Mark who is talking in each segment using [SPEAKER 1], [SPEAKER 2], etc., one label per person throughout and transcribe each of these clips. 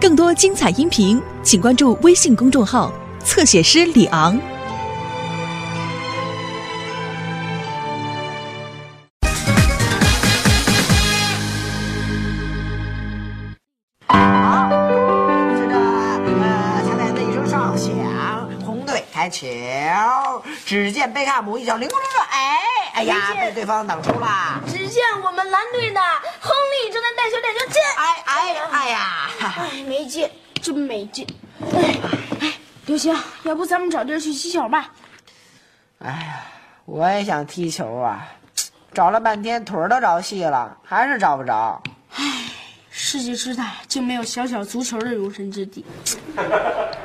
[SPEAKER 1] 更多精彩音频，请关注微信公众号“侧写师李昂
[SPEAKER 2] 好，这个呃，彩彩的一声哨响，红队开球。只见贝克汉姆一脚凌空中转，哎，哎呀，被对方挡出了。
[SPEAKER 3] 只见我们蓝队的亨利正在带球带球进，
[SPEAKER 2] 哎哎哎呀！
[SPEAKER 3] 哎，没进，真没进。哎，哎，刘星，要不咱们找地儿去洗球吧？
[SPEAKER 2] 哎呀， 我也想踢球啊，找了半天腿儿都着戏了，还是找不着。
[SPEAKER 3] 世界之大，竟没有小小足球的容身之地。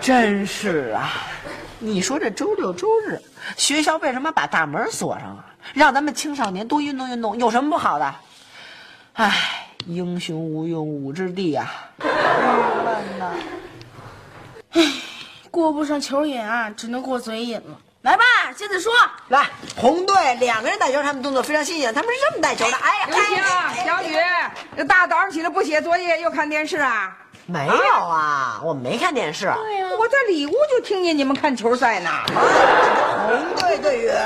[SPEAKER 2] 真是啊，你说这周六周日学校为什么把大门锁上啊？让咱们青少年多运动运动，有什么不好的？唉，英雄无用武之地啊呀、
[SPEAKER 3] 过不上球瘾啊，只能过嘴瘾了。来吧，接着说。
[SPEAKER 2] 来，红队两个人带球，他们动作非常新颖，他们是这么带球的。哎呀，
[SPEAKER 4] 刘星、啊小雨，这大早上起来不写作业，又看电视啊？
[SPEAKER 2] 没有啊，我没看电视。
[SPEAKER 4] 我在里屋就听见你们看球赛呢。
[SPEAKER 2] 红队队员，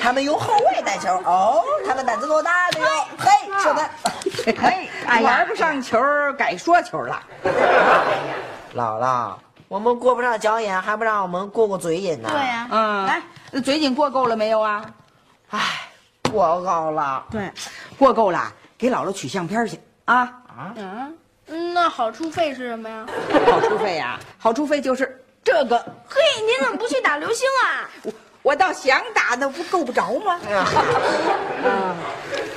[SPEAKER 2] 他们由后卫带球，哦，他们胆子够大的哟。嘿，射门。
[SPEAKER 4] 哎，玩不上球，改说球了。
[SPEAKER 2] 姥姥，我们过不上脚瘾，还不让我们过过嘴瘾呢？
[SPEAKER 3] 对呀、啊
[SPEAKER 4] 嗯，来，嘴瘾过够了没有啊？
[SPEAKER 2] 唉，过够了。
[SPEAKER 4] 对，
[SPEAKER 5] 过够了，给姥姥取相片去啊！
[SPEAKER 3] 嗯，那好处费是什么呀？
[SPEAKER 5] 好处费
[SPEAKER 4] 啊
[SPEAKER 5] 呀、好处费就是这个，
[SPEAKER 3] 嘿，您怎么不去打流星啊？
[SPEAKER 5] 我我倒想打呢，不够不着吗？啊，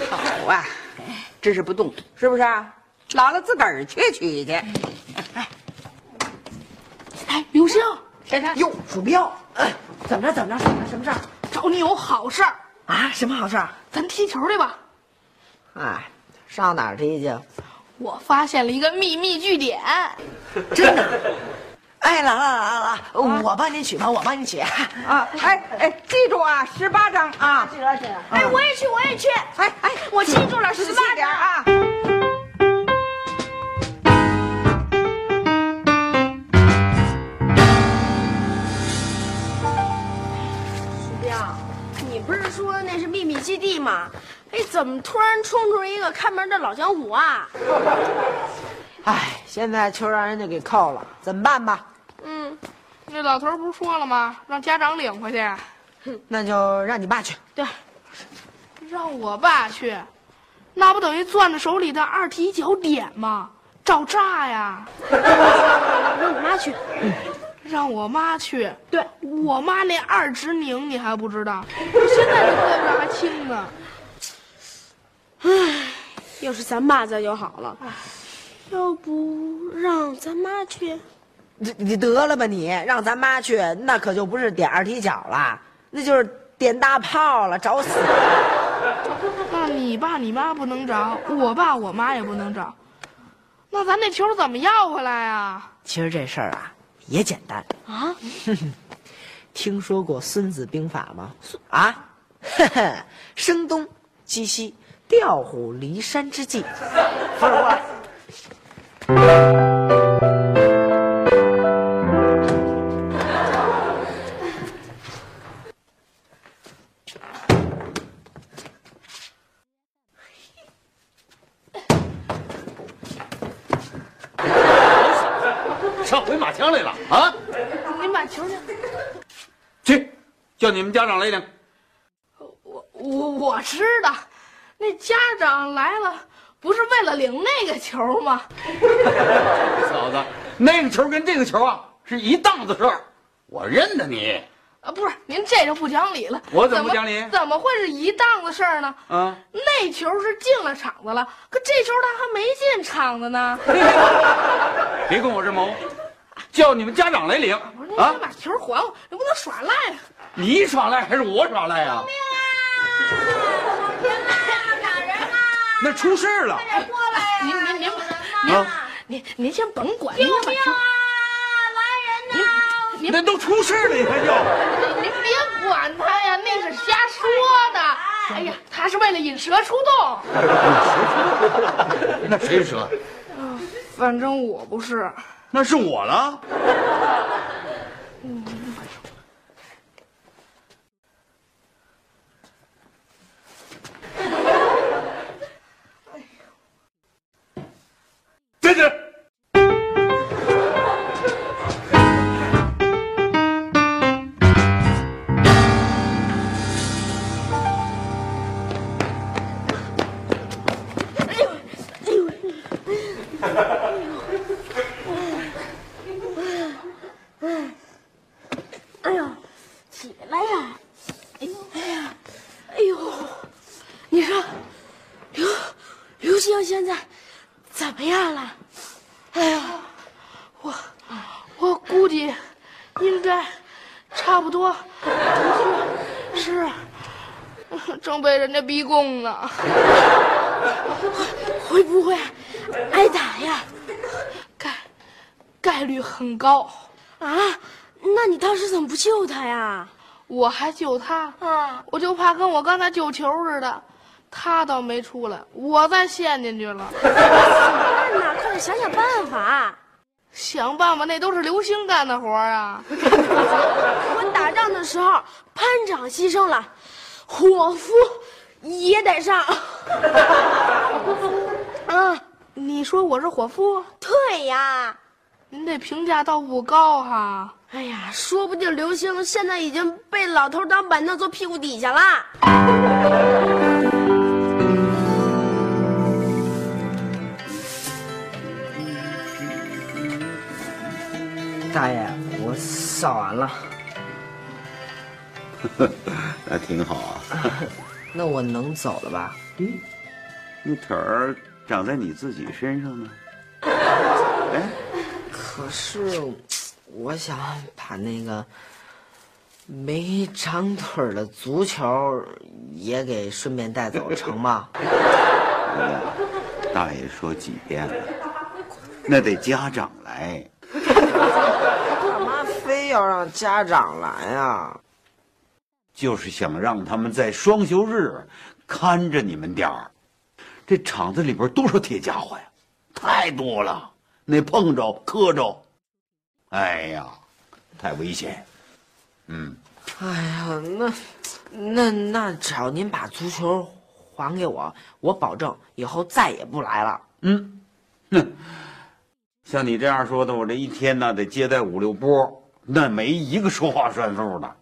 [SPEAKER 5] 好啊，支持不动，是不是啊？姥姥自个儿去取去。
[SPEAKER 3] 哎，流星，
[SPEAKER 2] 哟，鼠标，哎，怎么着？怎么着？怎么着？什么事儿
[SPEAKER 3] 找你有好事儿，
[SPEAKER 2] 啊？什么好事儿？
[SPEAKER 3] 咱踢球去吧。
[SPEAKER 2] 哎，上哪儿踢去？
[SPEAKER 3] 我发现了一个秘密据点。
[SPEAKER 2] 真的？哎，姥姥，姥姥，我帮您取吧，我帮您取。
[SPEAKER 4] 啊，哎哎，记住啊，十八张啊，
[SPEAKER 3] 哎，我也去，我也去。
[SPEAKER 4] 哎哎，
[SPEAKER 3] 我记住了，十
[SPEAKER 4] 仔
[SPEAKER 3] 八
[SPEAKER 4] 细点
[SPEAKER 3] 点
[SPEAKER 4] 啊。
[SPEAKER 3] 彪，哎你不是说那是秘密基地吗？哎，怎么突然冲出一个看门的老江湖啊？
[SPEAKER 2] 哎，现在球让人家给扣了，怎么办吧？
[SPEAKER 6] 嗯，那老头儿不是说了吗？让家长领回去，
[SPEAKER 2] 那就让你爸去。
[SPEAKER 3] 对，
[SPEAKER 6] 让我爸去，那不等于攥着手里的二踢脚点吗？找诈呀！
[SPEAKER 3] 让我妈去。
[SPEAKER 6] 让我妈去，
[SPEAKER 3] 对，
[SPEAKER 6] 我妈那二直拧你还不知道，现在都在这还听呢。
[SPEAKER 3] 要是咱爸在就好了。要不让咱妈去？
[SPEAKER 2] 你你得了吧你，让咱妈去，那可就不是点二踢脚了，那就是点大炮了，找死！
[SPEAKER 6] 那你爸你妈不能找，我爸我妈也不能找，那咱那球怎么要回来啊？
[SPEAKER 2] 其实这事儿啊也简单啊。 听说过《孙子兵法》吗？啊， 呵呵，声东击西，调虎离山之计。不是我。
[SPEAKER 7] 上回马枪来了啊！
[SPEAKER 6] 您把球去，
[SPEAKER 7] 去，叫你们家长来领。
[SPEAKER 6] 我我我知道，那家长来了不是为了领那个球吗？
[SPEAKER 7] 嫂子，那个球跟这个球啊是一档子事儿，我认得你。
[SPEAKER 6] 啊，不是，您这就不讲理了。
[SPEAKER 7] 我怎么不讲理
[SPEAKER 6] 怎么怎么会是一档子事儿呢？
[SPEAKER 7] 啊
[SPEAKER 6] 那球是进了场子了，可这球他还没进场子
[SPEAKER 7] 啊
[SPEAKER 6] 呢。
[SPEAKER 7] 别跟我这谋，叫你们家长来领
[SPEAKER 6] 不是，您
[SPEAKER 7] 啊
[SPEAKER 6] 先！把球还我，你不能耍赖啊！
[SPEAKER 7] 你耍赖还是我耍赖啊？那出事儿了，
[SPEAKER 6] 您您您
[SPEAKER 7] 啊
[SPEAKER 6] 您您先甭管，您先把球。您
[SPEAKER 7] 那都出事儿了，你还叫？
[SPEAKER 6] 您您别管他呀，那是瞎说的。哎呀，他是为了引蛇出洞。
[SPEAKER 7] 那谁说？
[SPEAKER 6] 反正我不是，
[SPEAKER 7] 那是我了。在这儿。
[SPEAKER 3] 哎呦，起来呀！哎呦，哎呀，哎呦，你说，刘刘星现在怎么样了？
[SPEAKER 6] 哎呀，我我估计应该差不多，是是，正被人家逼供呢。
[SPEAKER 3] 会不会挨打呀？
[SPEAKER 6] 概概率很高。
[SPEAKER 3] 啊？那你当时怎么不救他呀？
[SPEAKER 6] 我还救他，
[SPEAKER 3] 嗯，
[SPEAKER 6] 我就怕跟我刚才救球似的，他倒没出来，我再陷进去了。
[SPEAKER 3] 办呐，快点想想办法！
[SPEAKER 6] 想办法，那都是刘星干的活儿啊！
[SPEAKER 3] 我们打仗的时候，班长牺牲了，伙夫也得 上。啊，
[SPEAKER 6] 你说我是伙夫，
[SPEAKER 3] 对呀。
[SPEAKER 6] 您这评价倒不高哈。
[SPEAKER 3] 哎呀，说不定刘星现在已经被老头当板凳坐屁股底下啦。
[SPEAKER 2] 大爷，我扫完了，
[SPEAKER 7] 那挺好啊，
[SPEAKER 2] 那我能走了吧？
[SPEAKER 7] 那腿儿长在你自己身上呢。哎，
[SPEAKER 2] 可是，我想把那个没长腿儿的足球也给顺便带走，成吗？
[SPEAKER 7] 大爷说几遍了，那得家长来。
[SPEAKER 2] 干嘛非要让家长来啊？
[SPEAKER 7] 就是想让他们在双休日看着你们点儿。这厂子里边多少铁家伙呀，太多了，那碰着磕着，哎呀，太危险。嗯，
[SPEAKER 2] 哎呀，那那那，只要您把足球还给我，我保证以后再也不来了。
[SPEAKER 7] 像你这样说的，我这一天呢得接待五六波，那没一个说话算数的。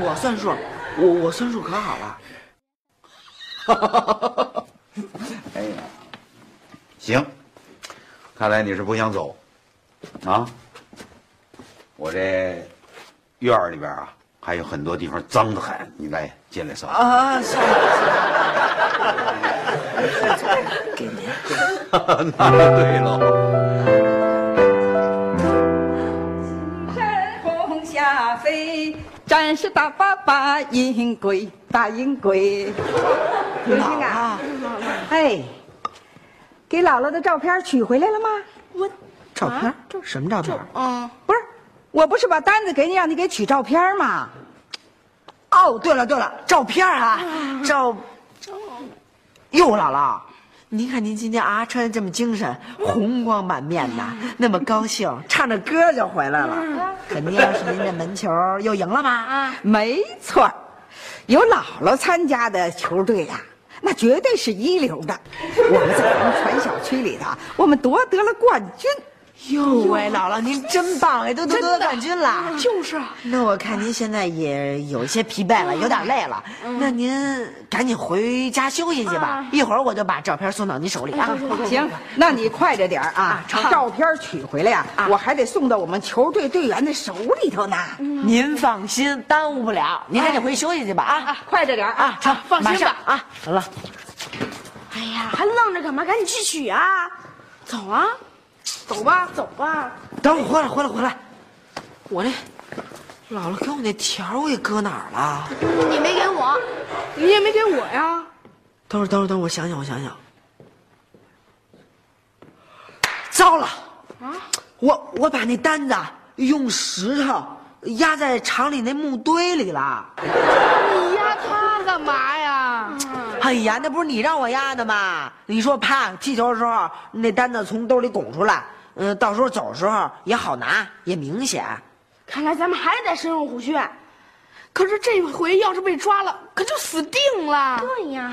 [SPEAKER 2] 我算数，我我算数可好了。
[SPEAKER 7] 哎呀，行，看来你是不想走，啊？我这院儿里边啊，还有很多地方脏得很，你来进来扫。
[SPEAKER 2] 啊，下
[SPEAKER 7] 那对喽，
[SPEAKER 4] 山红霞飞，战士打靶把银龟，打银龟。刘星啊，哎，给姥姥的照片取回来了吗？
[SPEAKER 2] 照片，什么照片？
[SPEAKER 6] 嗯，
[SPEAKER 4] 不是，我不是把单子给你，让你给取照片吗？
[SPEAKER 2] 哦，对了对了，照片啊，照照。哟，姥姥，您看您今天啊穿的这么精神，红光满面的，那么高兴，唱着歌就回来了。肯定是您这门球又赢了吧？啊，
[SPEAKER 4] 没错儿，有姥姥参加的球队呀、那绝对是一流的。我们在咱们全小区里头啊，我们夺得了冠军。
[SPEAKER 2] 哟喂，姥姥您真棒哎，都都得冠军了。
[SPEAKER 6] 就是啊，
[SPEAKER 2] 那我看您现在也有一些疲惫了，有点累了，那您赶紧回家休息去吧。一会儿我就把照片送到您手里啊。
[SPEAKER 4] 行，那你快着点儿啊，照片取回来呀、啊
[SPEAKER 6] 啊
[SPEAKER 4] 我还得送到我们球队队员的手里头呢。
[SPEAKER 2] 您放心，耽误不了。您赶紧回去休息去吧嗯啊！
[SPEAKER 4] 快着点儿啊！
[SPEAKER 2] 啊，成，
[SPEAKER 6] 放心吧
[SPEAKER 2] 马上啊！好了，
[SPEAKER 3] 哎呀，还愣着干嘛？赶紧去取啊！走啊，走吧，走吧。
[SPEAKER 2] 等会儿回来，回来，回来。我那姥姥给我那条儿我给搁哪儿了？
[SPEAKER 3] 你没给我，
[SPEAKER 6] 你也没给我呀。
[SPEAKER 2] 等会儿，等会儿，等会儿，我想想，我想想。糟了！
[SPEAKER 6] 啊
[SPEAKER 2] 我我把那单子啊用石头压在厂里那木堆里了。
[SPEAKER 6] 你压他干嘛呀？
[SPEAKER 2] 哎呀，那不是你让我压的吗？你说啪，踢球的时候那单子从兜里拱出来，嗯、到时候走时候也好拿，也明显。
[SPEAKER 3] 看来咱们还得深入虎穴。
[SPEAKER 6] 可是这回要是被抓了，可就死定了。
[SPEAKER 3] 对 呀，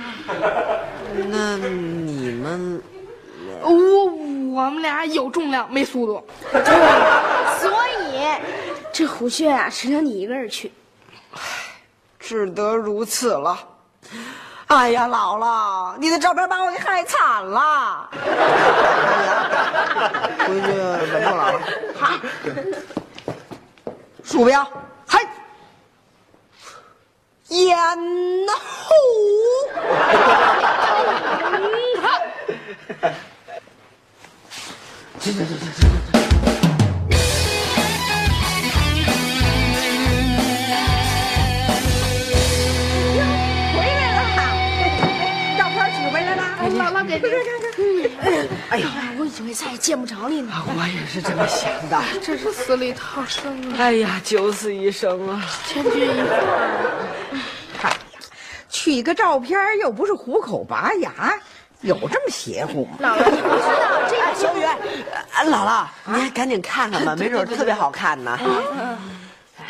[SPEAKER 2] 那你们
[SPEAKER 6] 我我们俩有重量没速 度，
[SPEAKER 3] 所以这虎穴啊，只能你一个人去。
[SPEAKER 4] 只得如此了。哎呀，姥姥，你的照片把我给害惨了。
[SPEAKER 2] 回去稳重 了啊。
[SPEAKER 4] 鼠标，嘿，咽呐呼，回来了，照片取回来了。
[SPEAKER 6] 姥姥给这
[SPEAKER 3] 哎我以为再也见不着你 呢。
[SPEAKER 2] 啊我也是这么想的。
[SPEAKER 6] 真是死里逃生啊！
[SPEAKER 4] 哎呀，九死一生啊！
[SPEAKER 6] 千钧一发，
[SPEAKER 4] 取个照片又不是虎口拔牙，有这么邪乎吗？
[SPEAKER 3] 姥姥，你不知道这个
[SPEAKER 2] 小雨，呃姥
[SPEAKER 4] 啊
[SPEAKER 2] 姥，您赶紧看看 吧，没准儿特别好看呢。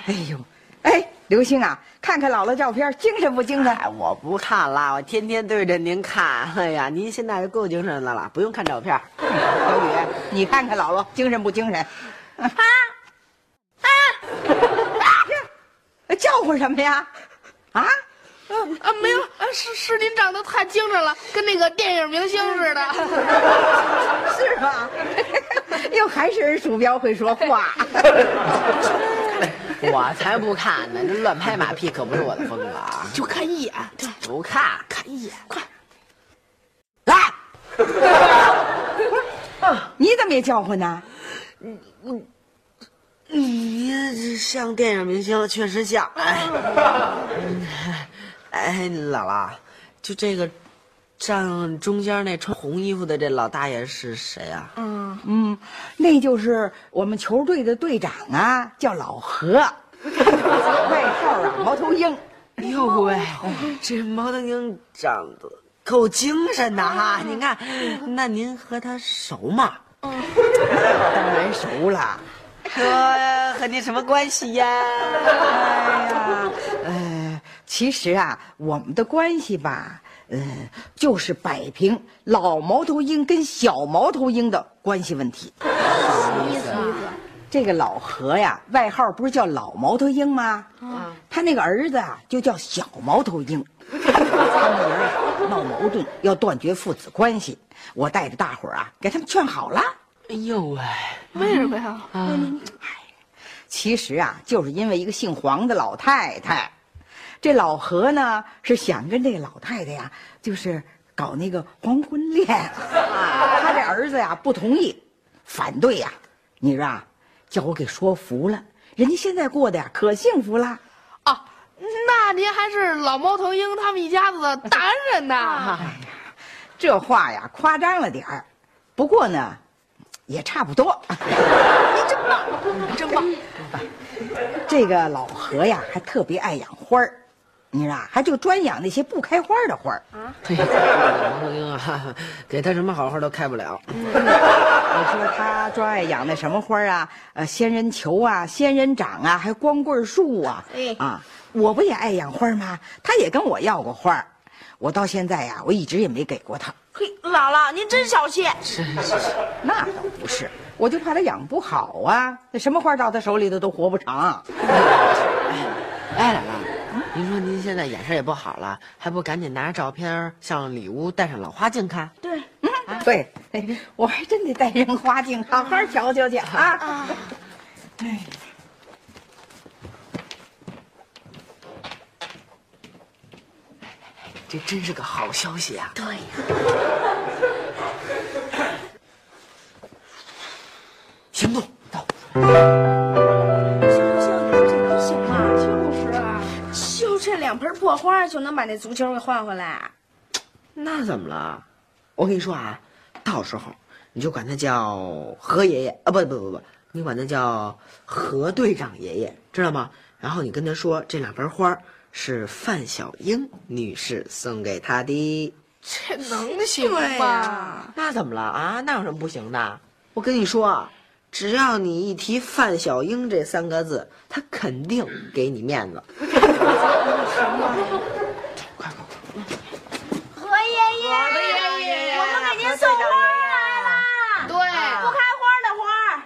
[SPEAKER 4] 哎呦，哎，刘星啊，看看姥姥照片，精神不精神？
[SPEAKER 2] 哎，我不看了，我天天对着您看。哎呀，您现在就够精神的了，不用看照 片。
[SPEAKER 6] 哎
[SPEAKER 4] 小雨，你看看姥姥精神不精神？啊 啊！哎叫唤什么呀？啊！
[SPEAKER 6] 啊，没有，啊是是您长得太精神了，跟那个电影明星似的。
[SPEAKER 4] 是吗？ 又还是鼠标会说话。
[SPEAKER 2] 我才不看呢，这乱拍马屁可不是我的风格啊！
[SPEAKER 6] 就看一眼，对，
[SPEAKER 2] 不看，啊
[SPEAKER 6] 看一眼，快！
[SPEAKER 2] 来，
[SPEAKER 4] 你怎么也叫唤呢？
[SPEAKER 2] 你像电影明星，确实像。 哎，哎，姥姥，就这个站中间那穿红衣服的这老大爷是谁啊？
[SPEAKER 4] 嗯，那就是我们球队的队长啊，叫老何。 外号啊，猫头鹰。
[SPEAKER 2] 哟喂，哎这猫头鹰长得够精神的哈！您看，那您和他熟吗？
[SPEAKER 4] 当然熟了。
[SPEAKER 2] 我和您什么关系呀？
[SPEAKER 4] 哎呀，呃，其实啊，我们的关系吧，呃，就是摆平老猫头鹰跟小毛头鹰的关系问题。
[SPEAKER 3] 意思啊，
[SPEAKER 4] 这个老何呀，外号不是叫老毛头鹰吗？他那个儿子啊，就叫小毛头鹰。他们爷儿啊闹矛盾，要断绝父子关系。我带着大伙儿啊，给他们劝好了。
[SPEAKER 2] 哎呦喂，
[SPEAKER 6] 为什么呀？
[SPEAKER 4] 其实啊，就是因为一个姓黄的老太太，这老何呢是想跟这个老太太呀，就是搞那个黄昏恋啊。他这儿子呀不同意，反对呀。你说啊，叫我给说服了，人家现在过得呀可幸福啦。
[SPEAKER 6] 啊，那您还是老猫头鹰他们一家子的达人呐！
[SPEAKER 4] 这话呀夸张了点儿，不过呢，也差不多。
[SPEAKER 6] 真棒，
[SPEAKER 4] 这个老何呀，还特别爱养花儿，你知道啊，还就专养那些不开花的花儿。
[SPEAKER 2] 嘿猫头鹰啊，给他什么好花都开不了。
[SPEAKER 4] 你说他专爱养那什么花儿啊？呃，仙人球啊，仙人掌啊，还光棍树啊。啊，我不也爱养花儿吗？他也跟我要过花儿，我到现在呀、我一直也没给过他。
[SPEAKER 3] 嘿，姥姥您真小气。哎
[SPEAKER 4] 那倒不是，我就怕他养不好啊，那什么花儿到他手里头都活不长。
[SPEAKER 2] 哎，姥姥，您说您现在眼神也不好了，还不赶紧拿着照片向里屋带上老花镜看？
[SPEAKER 3] 对，
[SPEAKER 4] 对，哎我还真得带人花镜好好瞧瞧去啊！
[SPEAKER 2] 这真是个好消息啊！
[SPEAKER 4] 行动，走。
[SPEAKER 3] 香香，你这能行吗？就是啊，就这两盆破花就能把那足球给换回来？
[SPEAKER 2] 那怎么了？我跟你说啊，到时候你就管他叫何爷爷啊，不不不不，你管他叫何队长爷爷，知道吗？然后你跟他说，这两盆花儿是范小英女士送给他的。
[SPEAKER 6] 这能行吗？
[SPEAKER 2] 那怎么了啊？那有什么不行的？我跟你说啊，只要你一提范小英这三个字，他肯定给你面子。
[SPEAKER 3] 何爷爷，何爷爷，我们给您送花啊来了，
[SPEAKER 6] 对，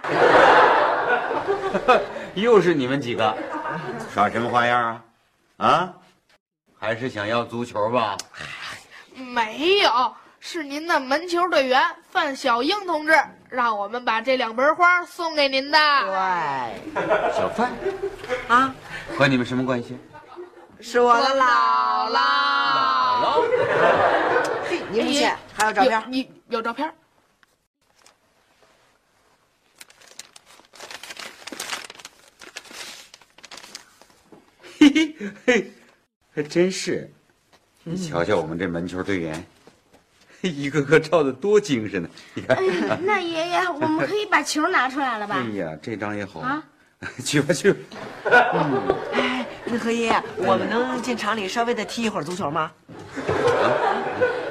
[SPEAKER 3] 不开花的花儿。
[SPEAKER 7] 又是你们几个，耍什么花样啊？啊，还是想要足球吧？
[SPEAKER 6] 没有，是您的门球队员范小英同志让我们把这两盆花送给您的。
[SPEAKER 2] 对，
[SPEAKER 7] 小范，
[SPEAKER 2] 啊，
[SPEAKER 7] 和你们什么关系？
[SPEAKER 2] 是我的姥
[SPEAKER 6] 姥姥，
[SPEAKER 7] 好了，
[SPEAKER 2] 您不信？还有照片？
[SPEAKER 6] 有有有照片？
[SPEAKER 7] 嘿嘿嘿，还真是。你瞧瞧我们这门球队员， 一个个照的多精神呢！你看，
[SPEAKER 3] 那爷爷，我们可以把球拿出来了吧
[SPEAKER 7] 哎？呀，这张也好
[SPEAKER 3] 啊。
[SPEAKER 7] 去吧去吧，
[SPEAKER 2] 那何爷，我们能进厂里稍微的踢一会儿足球吗？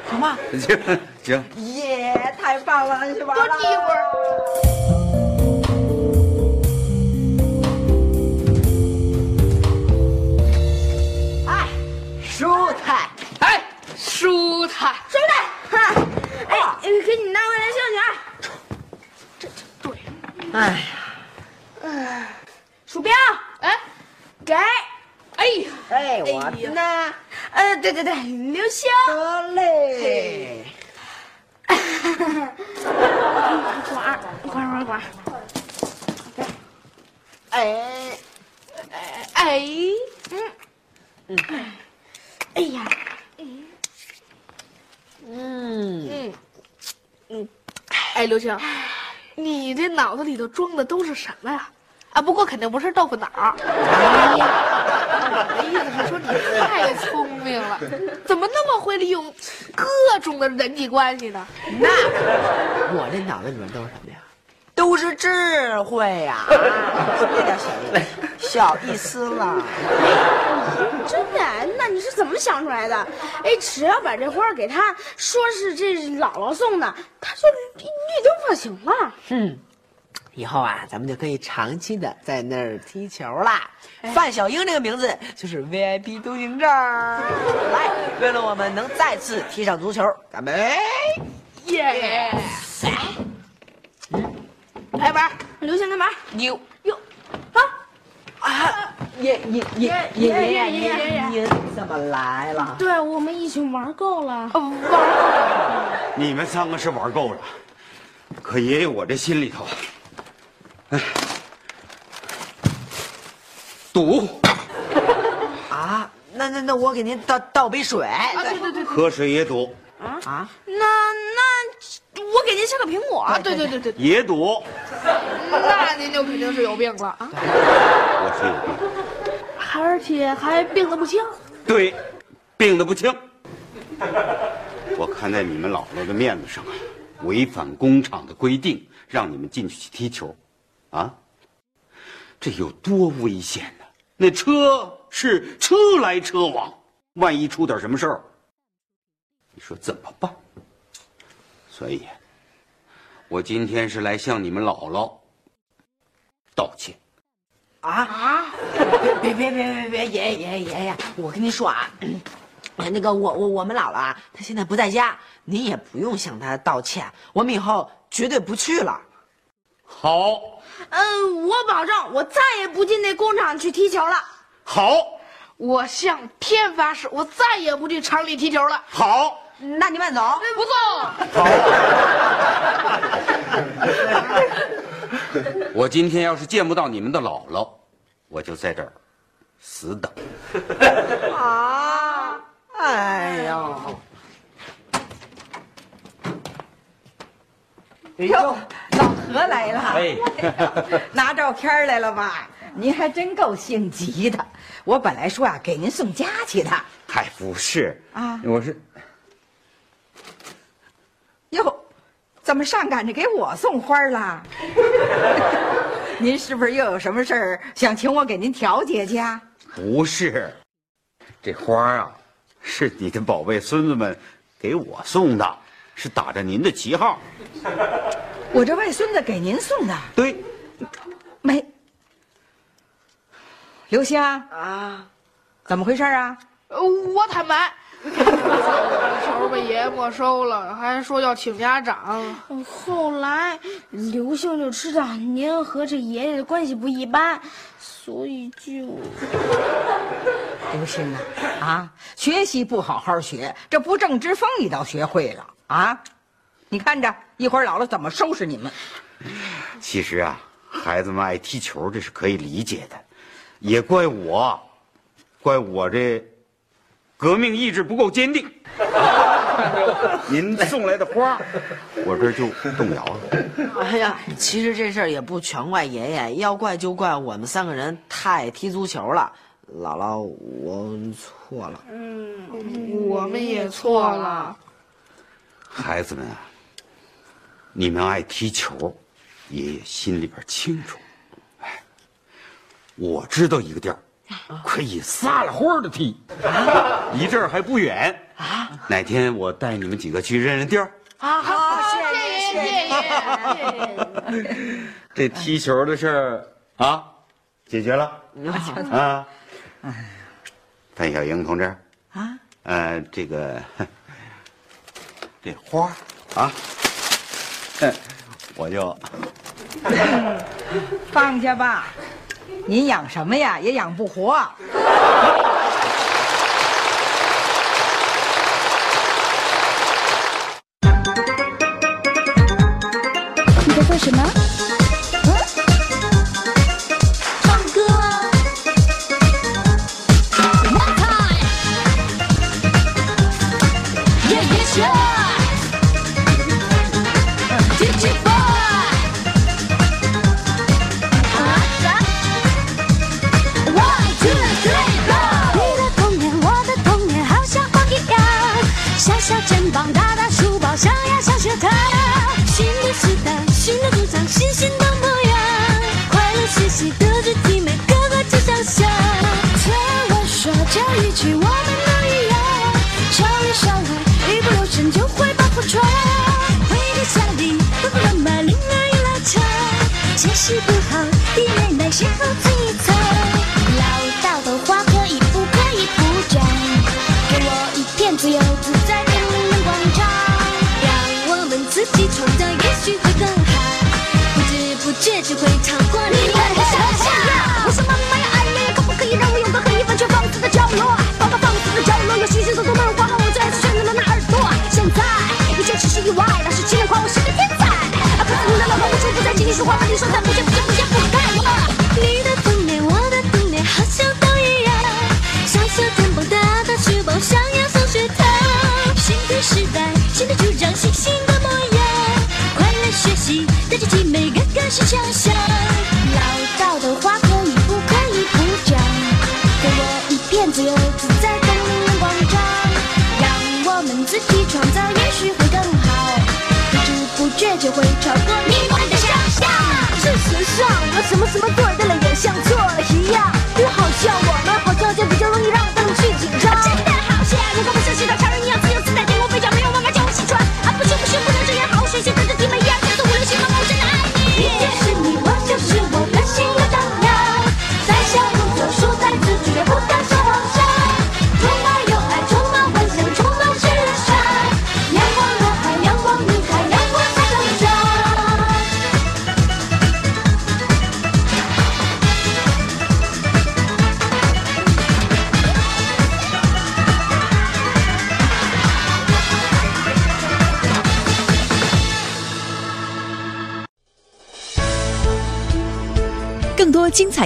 [SPEAKER 2] 行吗？
[SPEAKER 7] 行行。
[SPEAKER 4] 耶，太棒了，是吧？
[SPEAKER 6] 多踢一会儿。
[SPEAKER 2] 哎
[SPEAKER 4] 舒坦。
[SPEAKER 6] 哎，舒坦，
[SPEAKER 3] 兄弟，哼哎，给你拿回来兴趣啊！
[SPEAKER 2] 哎呀，
[SPEAKER 3] 鼠标
[SPEAKER 6] 哎，
[SPEAKER 3] 给，
[SPEAKER 6] 哎呀，
[SPEAKER 2] 哎，我
[SPEAKER 3] 那呃，对对对，刘星，
[SPEAKER 2] 得嘞。
[SPEAKER 3] 管管管，
[SPEAKER 2] 哎，
[SPEAKER 6] 哎，嗯
[SPEAKER 3] 哎呀，
[SPEAKER 2] 嗯，
[SPEAKER 6] 嗯，嗯，哎，刘星，你这脑子里头装的都是什么呀？啊，不过肯定不是豆腐脑儿。哎呀，我说你太聪明了，怎么那么会利用各种的人际关系呢？
[SPEAKER 2] 我这脑子里面都是什么呀？都是智慧 呀、啊！那点小意小意思了。
[SPEAKER 3] 真的？那你是怎么想出来的？哎，只要把这花儿给他，说是这姥姥送的，他就绿绿灯放行了。
[SPEAKER 2] 以后啊，咱们就可以长期的在那儿踢球啦。
[SPEAKER 3] 哎
[SPEAKER 2] 范小英这个名字就是 VIP 通行证儿。来，为了我们能再次踢上足球，咱们哎
[SPEAKER 6] 耶！来玩儿，
[SPEAKER 3] 刘星干嘛？
[SPEAKER 2] 牛
[SPEAKER 3] 哟，啊，
[SPEAKER 2] 啊！
[SPEAKER 4] 爷爷爷爷
[SPEAKER 3] 爷
[SPEAKER 4] 爷
[SPEAKER 3] 爷爷爷，
[SPEAKER 2] 您怎么来了？
[SPEAKER 3] 对我们一群玩够了。
[SPEAKER 6] 呃玩儿
[SPEAKER 7] 你们三个是玩够了，可爷爷我这心里头，哎，堵，
[SPEAKER 2] 啊，那那那我给您倒倒杯水。
[SPEAKER 6] 啊！对对对对
[SPEAKER 7] 喝水也堵，
[SPEAKER 2] 啊，
[SPEAKER 3] 那那我给您削个苹果。
[SPEAKER 6] 啊！对对对对，
[SPEAKER 7] 也堵，
[SPEAKER 6] 那您就肯定是有病了啊！
[SPEAKER 7] 我是有病，
[SPEAKER 3] 而且还病得不轻。
[SPEAKER 7] 对，病得不轻。我看在你们姥姥的面子上啊，违反工厂的规定，让你们进去踢球，啊，这有多危险呢、那车是车来车往，万一出点什么事儿，你说怎么办？所以，我今天是来向你们姥姥道歉。
[SPEAKER 2] 别别别别别，爷爷爷爷爷，我跟您说啊，嗯那个我我我们姥姥啊，她现在不在家，您也不用向她道歉，我们以后绝对不去了。
[SPEAKER 7] 好。
[SPEAKER 3] 嗯，我保证，我再也不进那工厂去踢球了。
[SPEAKER 7] 好，
[SPEAKER 6] 我向天发誓，我再也不去厂里踢球了。
[SPEAKER 7] 好，
[SPEAKER 2] 那你慢走。
[SPEAKER 6] 不送。
[SPEAKER 7] 我今天要是见不到你们的姥姥，我就在这儿死等。
[SPEAKER 2] 哎呦，哎呦，
[SPEAKER 4] 老何来了，
[SPEAKER 7] 哎，
[SPEAKER 4] 拿照片儿来了吧？您还真够性急的。我本来说啊，给您送家去的。
[SPEAKER 7] 还哎不是
[SPEAKER 4] 啊
[SPEAKER 7] 我是
[SPEAKER 4] 哟，怎么上赶着给我送花儿了？ 您是不是又有什么事儿想请我给您调解去啊？
[SPEAKER 7] 不是？这花儿啊，是你的宝贝孙子们给我送的，是打着您的旗号。
[SPEAKER 4] 我这外孙子给您送的，
[SPEAKER 7] 对，
[SPEAKER 4] 没。刘星，
[SPEAKER 2] 啊，
[SPEAKER 4] 怎么回事啊？
[SPEAKER 6] 呃我坦白， 球被爷爷没收了，还说要请家长。
[SPEAKER 3] 后来刘秀就知道您和这爷爷的关系不一般，所以就
[SPEAKER 4] 刘星啊，啊，学习不好好学，这不正之风你倒学会了啊？你看着，一会儿姥姥怎么收拾你们。
[SPEAKER 7] 其实啊，孩子们爱踢球这是可以理解的，也怪我，怪我这革命意志不够坚定。 您送来的花儿，我这就动摇了。
[SPEAKER 2] 哎呀，其实这事儿也不全怪爷爷，要怪就怪我们三个人太踢足球了。姥姥，我错了。
[SPEAKER 6] 我们也错了，
[SPEAKER 7] 孩子们啊，你们爱踢球，爷爷心里边清楚。哎，我知道一个地儿，可以撒了欢儿的踢，离这儿还不远。
[SPEAKER 6] 啊
[SPEAKER 7] 哪天我带你们几个去认认地儿。
[SPEAKER 6] 谢啊谢谢谢谢谢。
[SPEAKER 7] 这踢球的事儿啊，解决了啊。
[SPEAKER 6] 哎
[SPEAKER 7] 范小莹同志啊，呃，这个 哼这花儿啊，哼我就
[SPEAKER 4] 放下吧，您养什么呀？也养不活。
[SPEAKER 8] 你在做什么？嗯，唱歌啊。One time。Yeah yeah sure。DJ boy。啊啥？One, two, three, go！你的童年，我的童年，好像风一样，小小肩膀，大大书包，上呀上学堂。新的时代，新的主张，新新的模样，快乐学习，德智体美，个个就想像。听我说这一句，我们都一样，少里少外，一不留神就会把破窗。回到家里，爸爸妈妈铃儿一拉长，解释不好，弟奶奶事后自己猜。老道的话可以不可以不讲？给我一片自由自在的广场，让我们自己创造，也许会更好。不知不觉就会超过你的想象。我说妈妈呀，哎呀呀，可不可以让我有个可以完全放肆的角落？爸爸放肆的角落，有许许多多没有管好，我最爱是炫的那耳朵。现在一切只是意外，老师竟然夸我是个天才。啊，可是你的老婆无处不在，今天说话把你说散，不见不见不见不该我。你的童年，我的童年，好像都一样。小小肩膀，大大书包，上呀上学堂。新的时代，新的主张，新新的模样。快乐学习，带着体美，个个是强项。老道的话可以不可以不讲？给我一片自由自在的广场，让我们自己创造，也许会更好。不知不觉就会超过你们的想象。
[SPEAKER 9] 事实上，我什么什么对的了，也像错了一样。就好像我们好像就比较容易让他们去紧张。
[SPEAKER 8] 真的好险！如果不是学到超人一样自由自在，天空飞翔，没有妈妈叫我起床。啊，不行不行，不能这样，好学习，德智体美，一二三四五六七，妈妈我真的爱你。
[SPEAKER 9] 你就是你，我就是我，个性又张扬。在笑路走，输在自己，也不敢说妄想。充满友爱，充满幻想，充满智商。阳光男孩，阳光女孩，阳光才成长。
[SPEAKER 1] 更多精彩